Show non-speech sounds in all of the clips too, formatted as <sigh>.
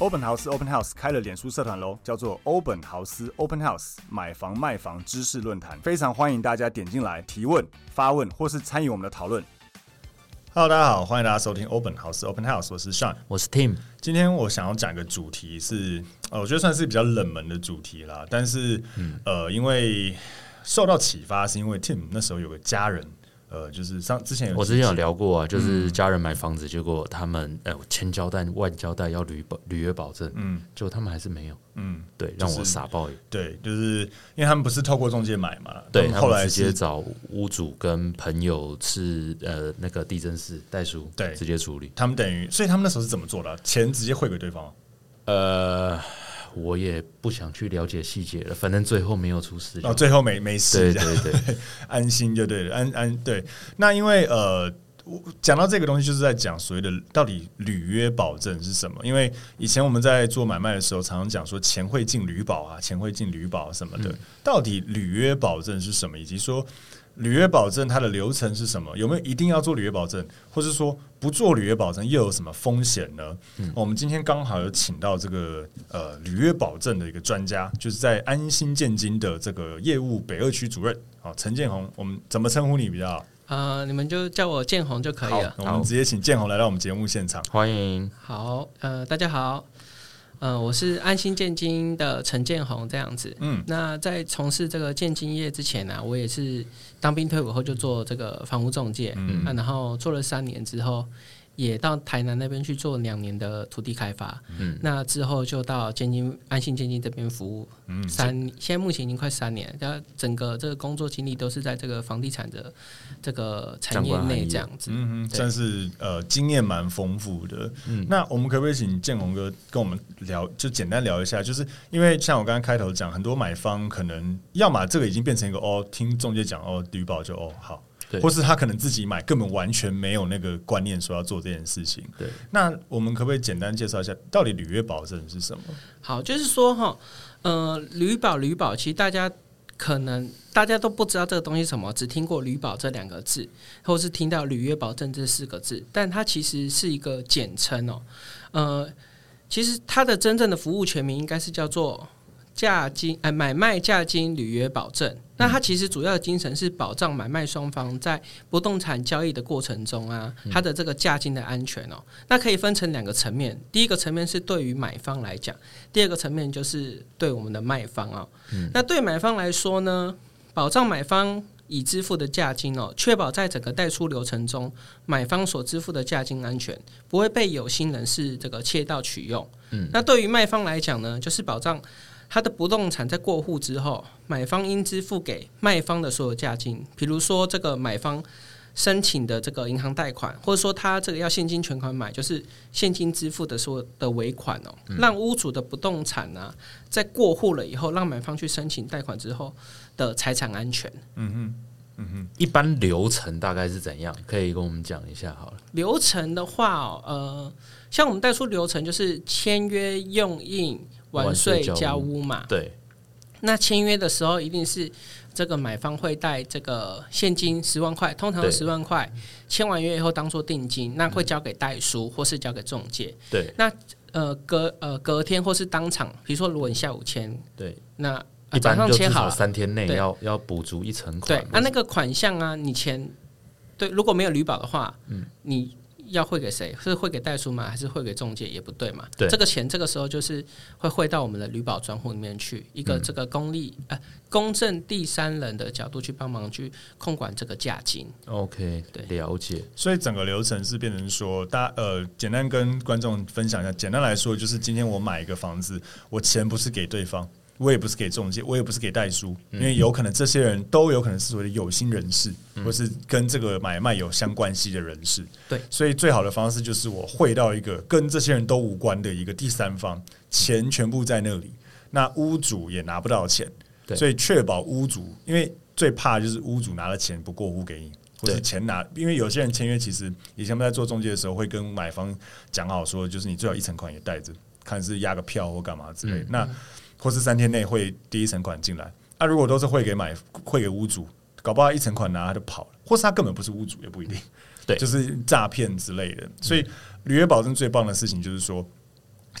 欧本豪斯 Open House 开了脸书社团喽，叫做欧本豪斯 Open House 买房卖房知识论坛，非常欢迎大家点进来提问、发问或是参与我们的讨论。Hello，大家好，欢迎大家收听欧本豪斯 Open House，我是 Sean。我是 Tim，今天我想要讲一个主题是，呃，我觉得算是比较冷门的主题啦，但是、嗯呃，因为受到启发是因为 Tim 那时候有个家人，呃，就是嗯上之前有我之前有聊过啊，就是家人买房子，结果他们呃千交代万交代要履保履约保证，嗯，结果他们还是没有，嗯，对，就让是我傻爆眼。对，就是因为他们不是透过中介买嘛，对他们他后们来直接是找屋主跟朋友是呃那个地震室代书，对直接处理。他们等于，所以他们那时候是怎么做的啊？钱直接汇给对方，啊呃，我也不想去了解细节了，反正最后没有出事然后就。最后没没对事，这样对对，安心就对了，安安对。那因为呃，我讲到这个东西，就是在讲所谓的到底履约保证是什么？因为以前我们在做买卖的时候，常常讲说钱会进履保啊，钱会进履保什么的。嗯到底履约保证是什么？以及说履约保证它的流程是什么？有没有一定要做履约保证，或是说不做履约保证又有什么风险呢？哦我们今天刚好有请到这个呃履约保证的一个专家，就是在安心建金的这个业务北二区主任啊陈建宏，我们怎么称呼你比较好？呃，你们就叫我建宏就可以了。我们直接请建宏来到我们节目现场。欢迎。好，呃，大家好，呃，我是安心建金的陈建宏这样子。嗯，那在从事这个建金业之前呢、啊我也是当兵退伍后就做这个房屋中介，嗯、啊，然后做了三年之后。也到台南那边去做两年的土地开发，嗯，那之后就到建金安心建金这边服务，嗯，三现在目前已经快三年，那整个这个工作经历都是在这个房地产的这个产业相关行内业这样子，嗯哼，对嗯算是呃经验蛮丰富的。那我们可不可以请建宏哥跟我们聊，就简单聊一下？就是因为像我刚刚开头讲，很多买方可能要么这个已经变成一个哦，听中介讲哦，低保就哦好，对或是他可能自己买，根本完全没有那个观念说要做这件事情。对，那我们可不可以简单介绍一下，到底履约保证是什么？好，就是说哈，呃，铝保铝保，其实大家可能大家都不知道这个东西是什么，只听过铝保这两个字，或是听到履约保证这四个字，但它其实是一个简称哦。呃，其实它的真正的服务全名应该是叫做价金哎、买卖价金履约保证。那它其实主要的精神是保障买卖双方在不动产交易的过程中啊，它的这个价金的安全哦。那可以分成两个层面，第一个层面是对于买方来讲。第二个层面就是对我们的卖方啊、那对买方来说呢，保障买方已支付的价金哦，确保在整个代出流程中，买方所支付的价金安全不会被有心人士这个窃盗取用。嗯，那对于卖方来讲呢，就是保障。他的不动产在过户之后，买方应支付给卖方的所有价金，比如说这个买方申请的这个银行贷款，或者说他这个要现金全款买，就是现金支付的所有的尾款哦，让屋主的不动产呢、在过户了以后，让买方去申请贷款之后的财产安全一般流程大概是怎样？可以跟我们讲一下好了。流程的话、哦，呃，像我们代出流程就是签约、用印、完税、完税交交屋屋嘛。对，那签约的时候一定是这个买方会带这个现金十万块，通常对十万块，签完约以后当做定金，那会交给代书或是交给中介。对，呃，隔呃隔天或是当场，比如说如果你下午签，对，那、呃一早般上就签至好少了，三天内对要要补足一成对款，嘛。那那个款项啊，你钱对，如果没有旅保的话，嗯你要汇给谁？是汇给代书吗？还是汇给中介？也不对嘛。对这个钱这个时候就是会汇到我们的旅保专户里面去，一嗯个这个公立、呃公正第三人的角度去帮忙去控管这个价金。 OK，对了解。所以整个流程是变成说，大呃，简单跟观众分享一下。简单来说，就是今天我买一个房子，我钱不是给对方，我也不是给中介，我也不是给代书，因为有可能这些人都有可能是所谓的有心人士，或是跟这个买卖有相关系的人士。对所以最好的方式就是我汇到一个跟这些人都无关的一个第三方，钱全部在那里，那屋主也拿不到钱。对所以确保屋主，因为最怕就是屋主拿了钱不过户给你，或是对钱拿，因为有些人签约其实以前我们在做中介的时候会跟买方讲好说，就是你最好一成款也带着，看是押个票或干嘛之嗯类的，那或是三天内会第一成款进来。那、如果都是汇给买汇给屋主，搞不好一成款拿他就跑了，或是他根本不是屋主也不一定，对就是诈骗之类的。所以履约保证最棒的事情就是说，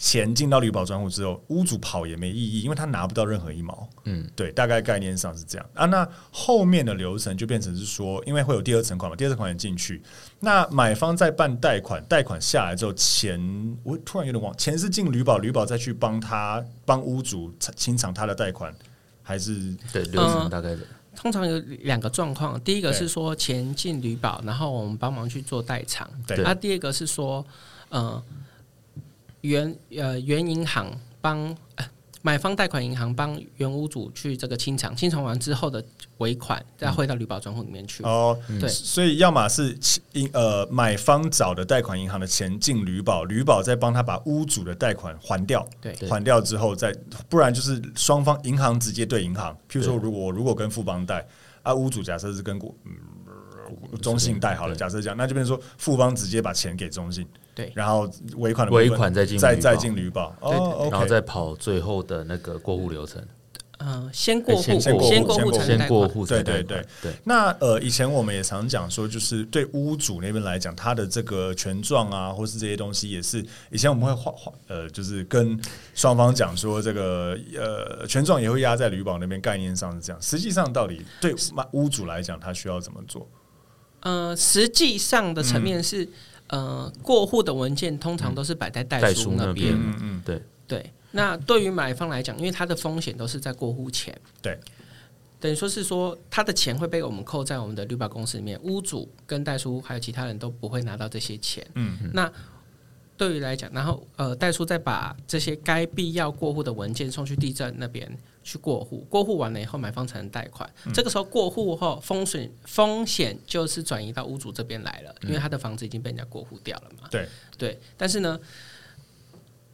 钱进到旅保专户之后，屋主跑也没意义，因为他拿不到任何一毛。嗯，对，大概概念上是这样啊。那后面的流程就变成是说，因为会有第二层款嘛，第二层款也进去，那买方在办贷款，贷款下来之后，钱我突然有点忘，钱是进旅保，旅保再去帮他帮屋主清偿他的贷款，还是对，流程大概的，通常有两个状况，第一个对是说钱进旅保，然后我们帮忙去做代偿；对啊，第二个是说，呃，原呃原银行帮、呃买方贷款银行帮原屋主去这个清偿，清偿完之后的尾款再汇到旅保专户里面嗯去。哦，对所以要么是银呃买方找的贷款银行的钱进旅保，旅保再帮他把屋主的贷款还掉，对还掉之后再，不然就是双方银行直接对银行，譬如说如果我如果跟富邦贷啊，屋主假设是跟国、嗯、中信贷好了，对假设这样，那就变成说富邦直接把钱给中信，对然后尾款的部尾分款再进再旅再保进旅保，对对哦，OK，然后再跑最后的那个过户流程，嗯、先过户，哎先过户先过先户过户才能先贷过款。户对才贷对款对对。那呃，以前我们也常讲说，就是对屋主那边来讲，他的这个权状啊，或是这些东西，也是以前我们会画画呃，就是跟双方讲说，这个呃权状也会压在旅保那边，概念上是这样。实际上，到底对买屋主来讲，他需要怎么做？呃，实际上的层面是，呃，过户的文件通常都是摆在代嗯代书书那那边。边嗯嗯，对，对，那对于买方来讲，因为他的风险都是在过户前，对，等于说是说他的钱会被我们扣在我们的绿保公司里面，屋主跟代书还有其他人都不会拿到这些钱。嗯，那对于来讲，然后呃，代书再把这些该必要过户的文件送去地震那边去过户，过户完了以后，买方才能贷款。嗯这个时候过户后，风险风险就是转移到屋主这边来了，因为他的房子已经被人家过户掉了嘛。嗯对对，但是呢，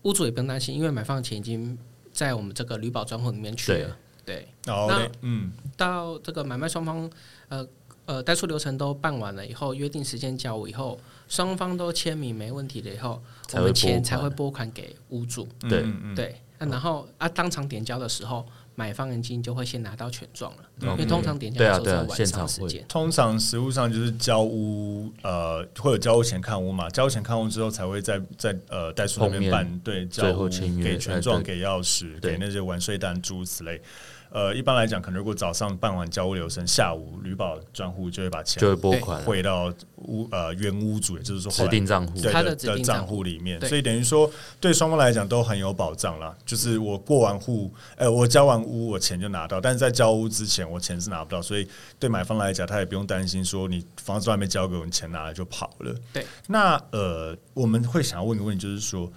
屋主也不用担心，因为买方的钱已经在我们这个旅保专户里面去了。对，然后嘞嗯，到这个买卖双方呃呃代出流程都办完了以后，约定时间交屋以后，双方都签名没问题了以后，才我会们拨钱才款会拨款给屋主。对嗯嗯对，啊然后啊，当场点交的时候，买方人金就会先拿到权状了，嗯因为通常点交对的啊时候对啊在晚现上场时会间。通常实物上就是交屋，呃，会有交屋前看屋嘛，交屋前看屋之后才会在在呃代书那后边面办对交最后屋签约给权状、哎给钥匙、对给那些完税单诸如此类。呃，一般来讲，可能如果早上办完交屋流程，下午旅保专户就会把钱就会拨款了，汇到屋呃原屋主，也就是说后指来定账户，对他的的指定账账户里面，对所以等于说对双方来讲都很有保障啦。就是我过完户，呃，我交完屋，我钱就拿到，但是在交屋之前，我钱是拿不到，所以对买方来讲，他也不用担心说你房子都还没交给我，你钱拿了就跑了。对，那呃，我们会想要问一个问题，就是说，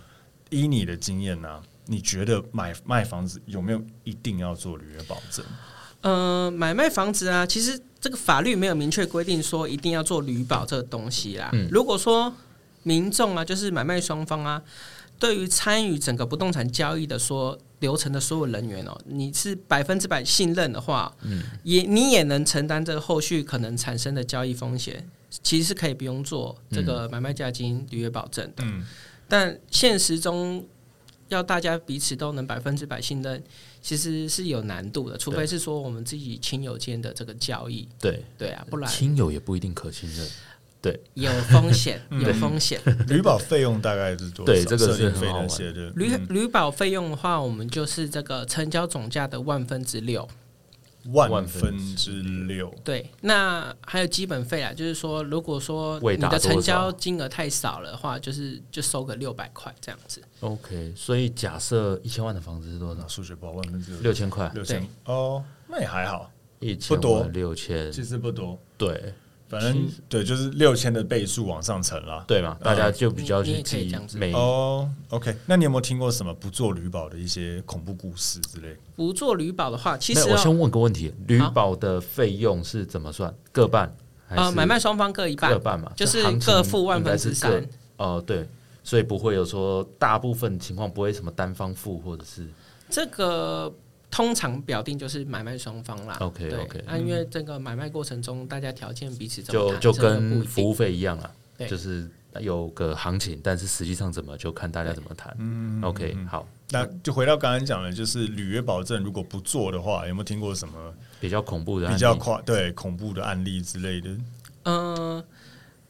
依你的经验呢、你觉得买卖房子有没有一定要做履约保 <laughs> 证？呃，买卖房子啊，其实这个法律没有明确规定说一定要做旅保这个东西啦。如果说民众啊，就是买卖双方啊，对于参与整个不动产交易的说流程的所有人员哦，你是百分之百信任的话，嗯，也你也能承担这个后续可能产生的交易风险，其实是可以不用做这个买卖价金履约保证的。嗯，但现实中要大家彼此都能百分之百信任，其实是有难度的，除非是说我们自己亲友间的这个交易，对，对啊，不然亲友也不一定可信任。有风险，嗯 <laughs> 有风险。旅保费用大概是多少？对这个设是定很费好那玩些的旅嗯旅保费用的话，我们就是这个成交总价的万分之六。嗯万万分分之六。对，那还有基本费啊，就是说，如果说未你达的成多交少金额太少了的话，就是就收个六百块这样子。 OK，所以假设一千万的房子是多少啊那？数学不好，万分之六千块，六千对哦，那也还好，一千多万六千，其实不多，对反正对，就是六千的倍数往上乘啦。对嘛，大家就比较你你也去可以记这样子每哦、o k 那你有没有听过什么不做旅保的一些恐怖故事之类？不做旅保的话，其没实有我哦先问个问题，旅保的费用是怎么算？各半还呃，是买卖双方各一半各，半嘛？就是行情各付万分之应该是各三。哦，对，所以不会有说大部分情况不会什么单方付或者是这个通常表定就是买卖双方啦。 OK，对 OK 啊，因为这个买卖过程中，大家条件彼此怎么就谈就这个不跟一定服务费一样啦，对就是有个行情，但是实际上怎么就看大家怎么谈。OK，好，那就回到刚刚讲的，就是履约保证如果不做的话，有没有听过什么比较恐怖的案比例较夸对恐怖的案例之类的？嗯，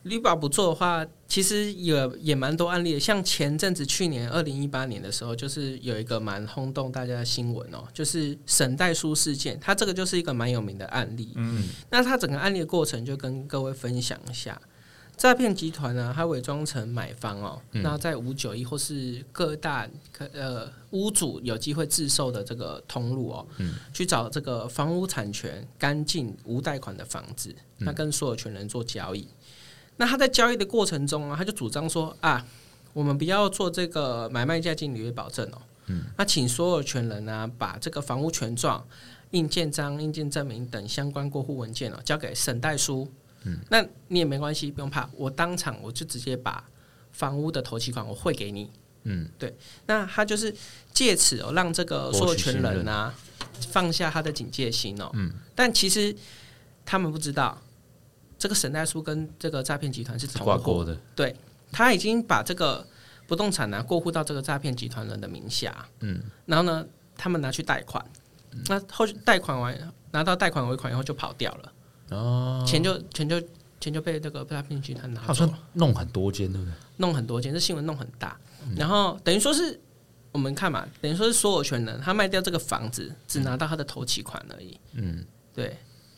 旅保不做的话，其实也也蛮多案例的。像前阵子去年二零一八年的时候，就是有一个蛮轰动大家的新闻哦，就是沈代书事件，它这个就是一个蛮有名的案例。嗯，那它整个案例的过程就跟各位分享一下。诈骗集团呢、它伪装成买方哦，那在五九一或是各大可呃屋主有机会自售的这个通路哦，去找这个房屋产权干净无贷款的房子，那跟所有权人做交易。那他在交易的过程中啊，他就主张说啊，我们不要做这个买卖价净履约保证哦，那请所有权人呢、啊把这个房屋权状、印鉴章、印鉴证明等相关过户文件哦，交给沈代书。嗯，那你也没关系，不用怕，我当场我就直接把房屋的头期款我汇给你。嗯，对，那他就是借此哦，让这个所有权人啊放下他的警戒心哦。嗯，但其实他们不知道，这个沈代书跟这个诈骗集团是是同挂伙钩的，对他已经把这个不动产呢、过户到这个诈骗集团人的名下，嗯，然后呢，他们拿去贷款，那后续贷款完拿到贷款尾款以后就跑掉了，哦，钱就钱就钱就被这个诈骗集团拿他好走像了，弄很多间，对不对？弄很多钱，这新闻弄很大，然后等于说是。我们看嘛，等于说是所有权人，他卖掉这个房子，只拿到他的头期款而已。嗯，对，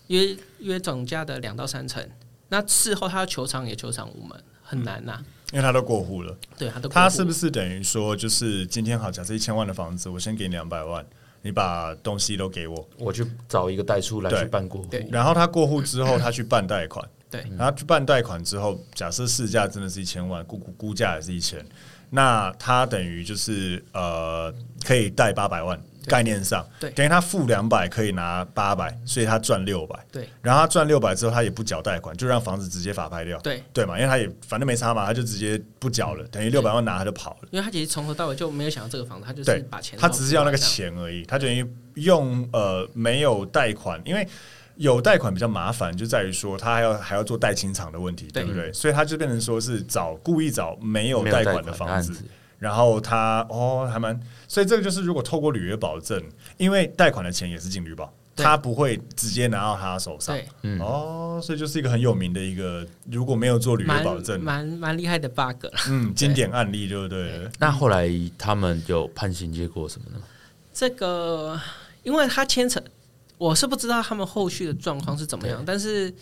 约约总价的两到三成。那事后他要求偿也求偿无门，很难呐、因为他都过户了。对，他都他过户是不是等于说，就是今天好，假设一千万的房子，我先给你两百万，你把东西都给我，我去找一个代书来对去办过户，对然后他过户之后，他去办贷款，对，然后去办贷款之后，假设市价真的是一千万，估估估价也是一千，那他等于就是呃，可以贷八百万，概念上，对等于他付两百可以拿八百，所以他赚六百，对然后他赚六百之后，他也不缴贷款，就让房子直接法拍掉，对嗯对嘛，因为他也反正没差嘛，他就直接不缴了，等于六百万拿他就跑了。因为他其实从头到尾就没有想到这个房子，他就对是把钱，他只是要那个，钱而已，他等于用呃没有贷款，因为有贷款比较麻烦，就在于说他还要还要做贷清偿的问题，对对不对？所以他就变成说是找故意找没有没有贷贷款的款的房案子子。然后他哦，还蛮，所以这个就是如果透过履约保证，因为贷款的钱也是进履保，对他不会直接拿到他手上对。嗯哦，所以就是一个很有名的一个，如果没有做履约蛮保证，蛮蛮厉害的 bug 啦。嗯，经典案例就对了。嗯那后来他们有判刑结果什么的吗？这个，因为他牵扯，我是不知道他们后续的状况是怎么样，但是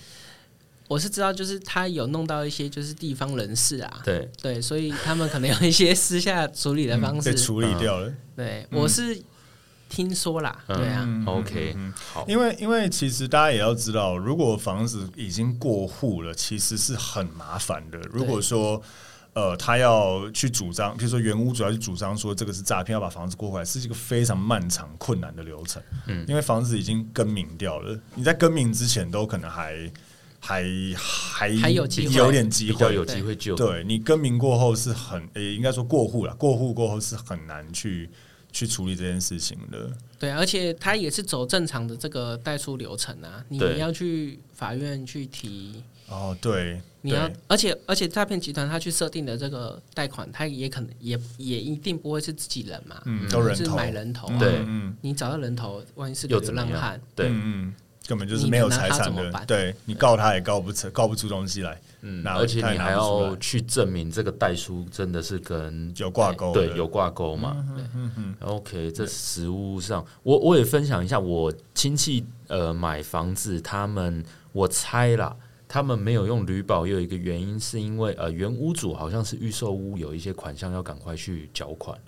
我是知道，就是他有弄到一些就是地方人士啊，对，对，所以他们可能有一些私下处理的方被式。嗯处理掉了。对，我是听说啦，嗯对啊， ，OK，好，因为因为其实大家也要知道，如果房子已经过户了，其实是很麻烦的。如果说呃，他要去主张，比如说原屋主要去主张说这个是诈骗，要把房子过回来，是一个非常漫长困难的流程。嗯，因为房子已经更名掉了，你在更名之前都可能还还还还有机会有点机比会较，有机会救，对你更名过后是很，也应该说过户了，过户过后是很难去去处理这件事情的。对，啊而且他也是走正常的这个代出流程啊，你对要去法院去提哦，对，你要对，而且而且诈骗集团他去设定的这个贷款，他也可能也也一定不会是自己人嘛，嗯都人是头买人头、啊，对嗯，你找到人头，万一是个又怎流么浪样汉，？对，嗯嗯，根本就是没有财产你能拿他怎的么，办对你告他也告不成，告不出东西来，嗯，拿而且他也你拿还不出来要去证明这个代书真的是跟有挂钩的，嗯对有挂钩嘛？对，OK，这实物上，我我也分享一下，我亲戚呃买房子，他们我猜啦。他们没有用旅保，也有一个原因，是因为呃，原屋主好像是预售屋有一些款项要赶快去缴款，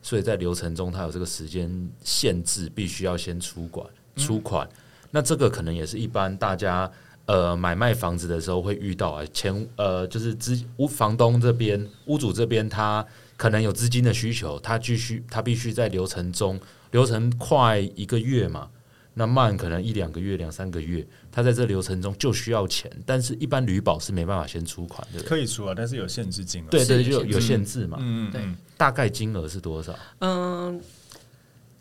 所以在流程中它有这个时间限制，必须要先出款嗯出款。那这个可能也是一般大家呃买卖房子的时候会遇到啊，前呃就是资屋房东这边屋主这边他可能有资金的需求，他继续他必须在流程中流程快一个月嘛。那慢可能一两个月、两三个月，他在这流程中就需要钱，但是一般旅保是没办法先出款的，可以出啊，但是有限制金额，对对，是就有嗯限制嘛。嗯，嗯对嗯，大概金额是多少？嗯，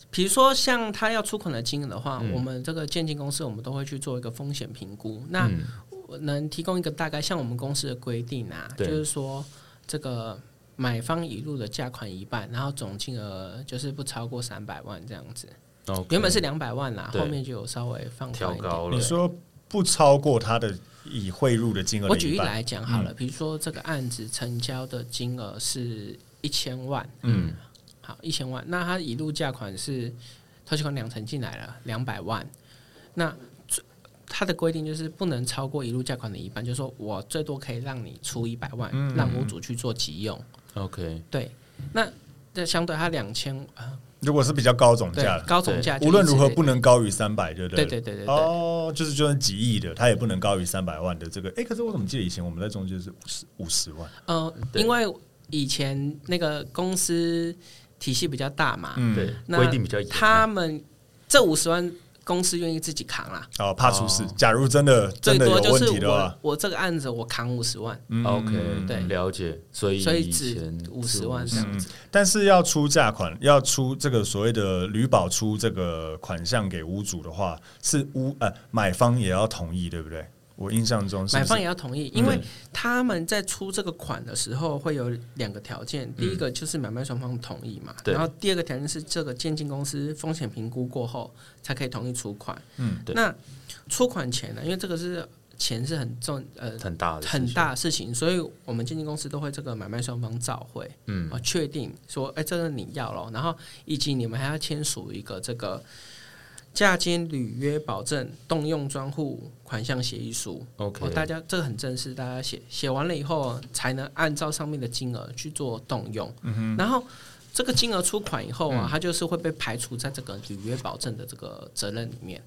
比如说像他要出款的金额的嗯话，我们这个鉴定公司我们都会去做一个风险评估。那我能提供一个大概，像我们公司的规定啊，就对是说这个买方已入的价款一半，然后总金额就是不超过三百万这样子。 OK 原本是两百万啦，对后面就有稍微放宽哦调一点。高了你，说不超过他的已汇入的金额我的举一例半。来讲嗯好了，比如说这个案子成交的金额是一千万，嗯，好，一千万，那他一路价款是投期款两成进来了，两百万，那最他的规定就是不能超过一路价款的一半，就是说我最多可以让你出一百万，嗯让屋主去做急用，嗯，OK，对，那。这相对他两千，呃如果是比较高总对价的，高总价就无论如何一直不能高于三百，对不对对？对对对对哦，就是就算几亿的，它也不能高于三百万的这个。哎、可是我怎么记得以前我们在中间是五十五十万？呃，对因为以前那个公司体系比较大嘛，嗯，对，那规定比较严。他们这五十万公司愿意自己扛啦，哦，怕出事。哦假如真的最真的有多就问是题的话我，我这个案子我扛五十万，嗯 OK，对了解。所以所以以只前五十万这样子。但是要出价款，要出这个所谓的旅保出这个款项给屋主的话，是屋呃买方也要同意，对不对？我印象中是嗯买不方是也要同意，因为他们在出这个款的时候会有两个条嗯件，第一个就是买卖双方同意嘛，对然后第二个条件是这个鉴定公司风险评估过后才可以同意出款。嗯对那出款前呢，因为这个是钱是很重呃嗯很大的事情很，大的事情，所以我们经纪公司都会这个买卖双方召会，嗯，啊，确定说，哎、这个你要了，然后以及你们还要签署一个这个价金履约保证动用专户款项协议书。 OK 哦大家这个很正式，大家写写完了以后，才能按照上面的金额去做动用。嗯然后这个金额出款以后啊，它就是会被排除在这个履约保证的这个责任里面。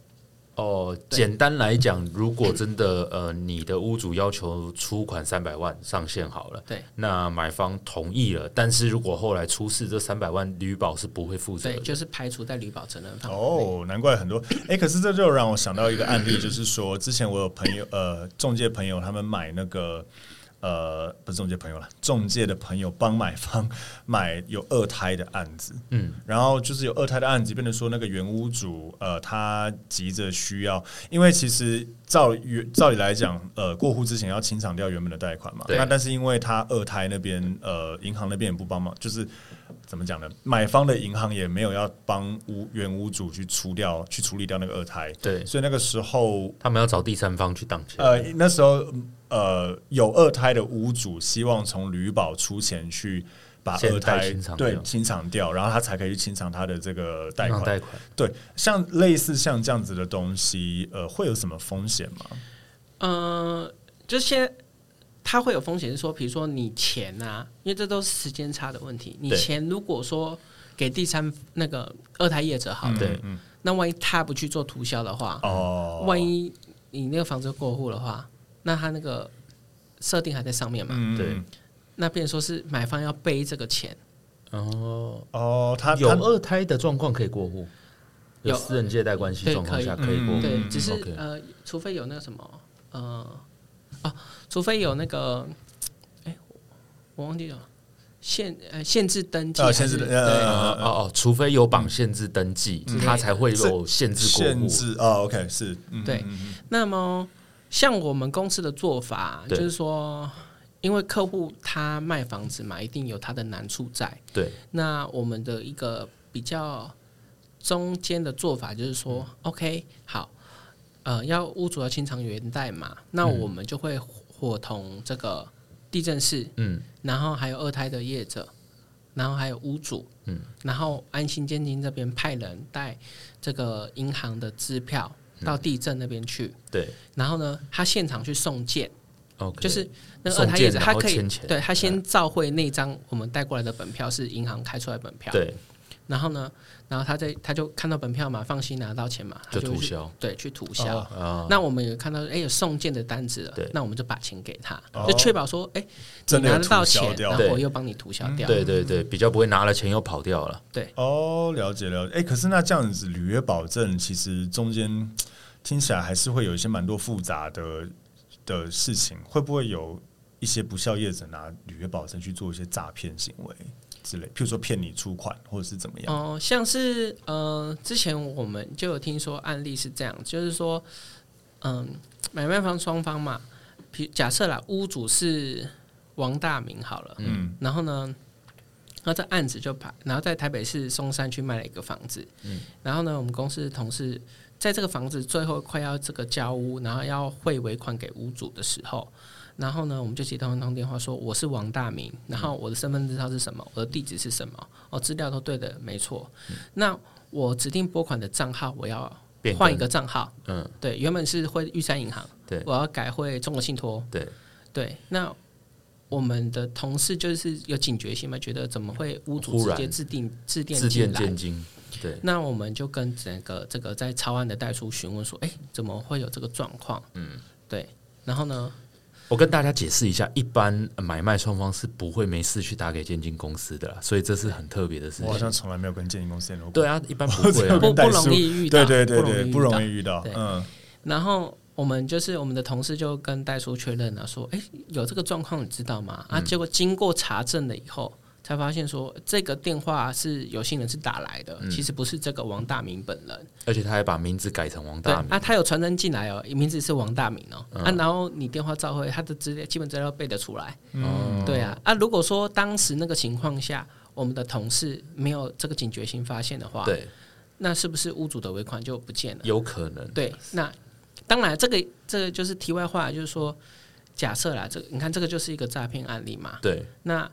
哦，对简单来讲，如果真的呃，你的屋主要求出款三百万上限好了，对，那买方同意了，但是如果后来出事，这三百万旅保是不会负责对，的。就是排除在履保责任范围内。哦，难怪很多哎、可是这就让我想到一个案例，就是说之前我有朋友呃中介朋友他们买那个。呃，不是中介朋友啦，中介的朋友帮买方买有二胎的案子，嗯，然后就是有二胎的案子，变成说那个原屋主呃，他急着需要，因为其实照原照理来讲，呃，过户之前要清偿掉原本的贷款嘛，对那但是因为他二胎那边呃，银行那边也不帮忙，就是怎么讲呢？买方的银行也没有要帮屋原屋主去出掉去处理掉那个二胎，对所以那个时候他们要找第三方去挡钱。呃，那时候呃，有二胎的屋主希望从旅保出钱去把先二贷胎清偿对掉清偿掉，然后他才可以去清偿他的这个贷让款。贷款，对，像类似像这样子的东西，呃，会有什么风险吗？嗯，就现在它会有风险，是说，比如说你钱啊，因为这都是时间差的问题。你对钱如果说给第三那个二胎业者好了，嗯对那万一他不去做涂销的话，哦，万一你那个房子过户的话，那他那个设定还在上面嘛，嗯对那变成说是买方要背这个钱，哦，哦，他有他二胎的状况可以过户，有有私人借贷关系对状况可以下可以过户，嗯对，只是 OK 呃，除非有那个什么，呃，哦、除非有那个，哎、我忘记了。限呃限制登记呃还是，限制的对呃呃哦哦，除非有绑限制登记，嗯他才会有限制过限户。制哦，OK，是，嗯对嗯那么，像我们公司的做法，就对是说，因为客户他卖房子嘛，一定有他的难处在。对，那我们的一个比较中间的做法，就是说、o 嗯 k 好，呃，要屋主要清偿原贷嘛，那嗯我们就会伙同这个地震室，嗯，然后还有二胎的业者，然后还有屋主，嗯，然后安心监金这边派人带这个银行的支票嗯到地震那边去。对然后呢，他现场去送件， ，OK，就是那个送件二胎业者，他然后可以签钱嗯对他先召回那张我们带过来的本票，是银行开出来的本票。，对，然后呢，然后他在他就看到本票嘛，放心拿到钱嘛，他就就会涂去销对，去涂销。哦啊，那我们有看到，哎，有送件的单子了对，那我们就把钱给他哦，就确保说，哎，你真的有拿得到涂销钱，掉嗯然后我对又帮你涂销掉。对对对，比较不会拿了钱又跑掉了。哦，了解了解。哎、可是那这样子履约保证，其实中间听起来还是会有一些蛮多复杂的的事情，会不会有一些不孝业者拿履约保证去做一些诈骗行为之类？譬如说骗你出款，或者是怎么样？哦、像是呃，之前我们就有听说案例是这样，就是说，嗯，买卖方双方嘛，比假设啦，屋主是王大明好了，嗯，然后呢，然后这案子就排，然后在台北市松山区卖了一个房子，嗯，然后呢，我们公司的同事在这个房子最后快要这个交屋，然后要汇尾款给屋主的时候，然后呢，我们就接到一通电话说我是王大明，然后我的身份证号是什么，我的地址是什么，哦，资料都对的，没错。那我指定拨款的账号我要嗯变换一更个账号，嗯，对，原本是会玉山银行，对我要改会中国信托，对对，那。我们的同事就是有警觉性嘛，觉得怎么会屋主忽直然接致电致电自进荐来？见经，对，那我们就跟整个这个在超案的代书询问说，哎、怎么会有这个状况？嗯，对。然后呢，我跟大家解释一下，一般买卖双方是不会没事去打给鉴定公司的啦，所以这是很特别的事我好情。像从来没有跟建议公司联络过。对啊，一般不会、啊 <laughs> 我。不跟不代书容易遇到，对对对对，不容易遇遇到。对嗯，到。然后我们就是我们的同事就跟代书确认了，说，哎、有这个状况，你知道吗？嗯啊，结果经过查证了以后。才发现说这个电话是有心人是打来嗯的，其实不是这个王大明本人。而且他还把名嗯字改成王对大明，啊，他有传真进来哦，名字是王大明哦。啊，然后你电话召回，他的资料基本资料背得出来。哦对啊，啊，如果说当时那个情况下，我们的同事没有这个警觉性发现的话，对，那是不是屋主的尾款就不见了？有可能。对，那当然，这个这个就是题外话，就是说，假设啦，这个你看这个就是一个诈骗案例嘛。对，那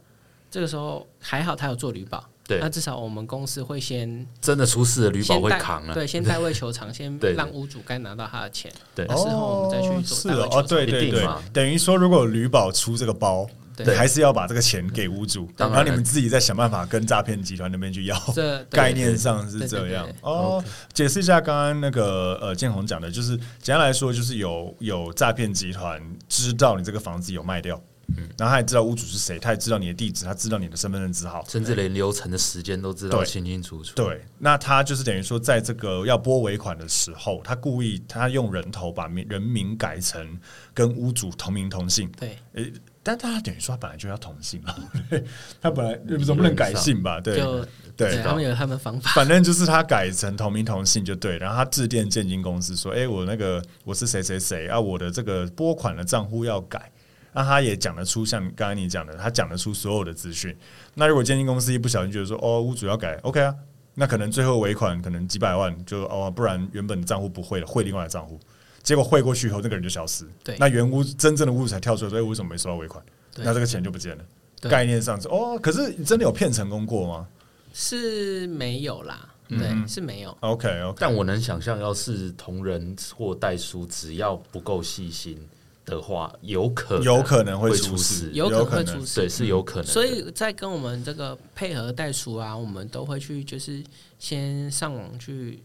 这个时候还好他有做旅保，对那至少我们公司会先真的出事了，吕宝啊先会代扛啊。对，先代位求偿，先对对让屋主该拿到他的钱，对那时候我们再去哦做是代哦位，求哦，偿。对对一对定嘛，等于说如果旅保出这个包，对你还是要把这个钱给屋主，当然然后你们自己再想办法跟诈骗集团那边去要。这对 <laughs> 哦概念上是对对这对样对哦。解释一下刚刚那个呃建宏讲的，就是简单来说，就是有有诈骗集团知道你这个房子有卖掉，嗯，然后他也知道屋主是谁，他也知道你的地址，他知道你的身份证字号，甚至连流程的时间都知道对清清楚楚。对，那他就是等于说，在这个要拨尾款的时候，他故意他用人头把名人名改成跟屋主同名同姓，对呃，但他等于说他本来就要同姓啊，对 <laughs> 他本来总不能改姓吧？对就啊对，他们有他们的方 <laughs> 法。反正就是他改成同名同姓就对，然后他致电建金公司说：“哎、我那个我是谁谁谁啊，我的这个拨款的账户要改。”那他也讲得出像刚才你讲的，他讲得出所有的资讯。那如果建金公司一不小心觉得说：“哦，屋主要改，OK 啊。”那可能最后尾款可能几百万就哦，不然原本的账户不汇了，汇另外的账户。结果汇过去以后，那个人就消失。对那原屋真正的屋主才跳出来说：“哎、为什么没收到尾款？”对那这个钱就不见了。对概念上是哦，可是真的有骗成功过吗是没有啦，对，嗯是没有。 ？OK OK，但我能想象，要是同仁或代书，只要不够细心的话，有可能有可能会会出事事，有可能有会可出能。事对，是有可能的。所以在跟我们这个配合袋鼠啊，我们都会去就是先上网去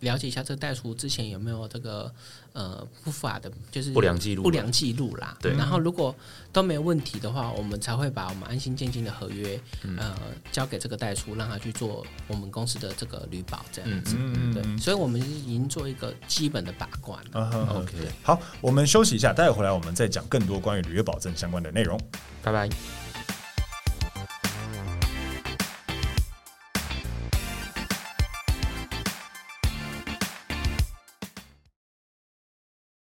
了解一下这个袋鼠之前有没有这个呃不法的，就是不良记录啊不良记录啦。对然后如果都没问题的话，我们才会把我们安心建金的合约、呃嗯交给这个袋鼠，让他去做我们公司的这个旅保这样子。嗯嗯对，嗯所以我们已经做一个基本的把关了。啊哈哈 OK，好，我们休息一下，待会回来我们再讲更多关于履约保证相关的内容。拜拜。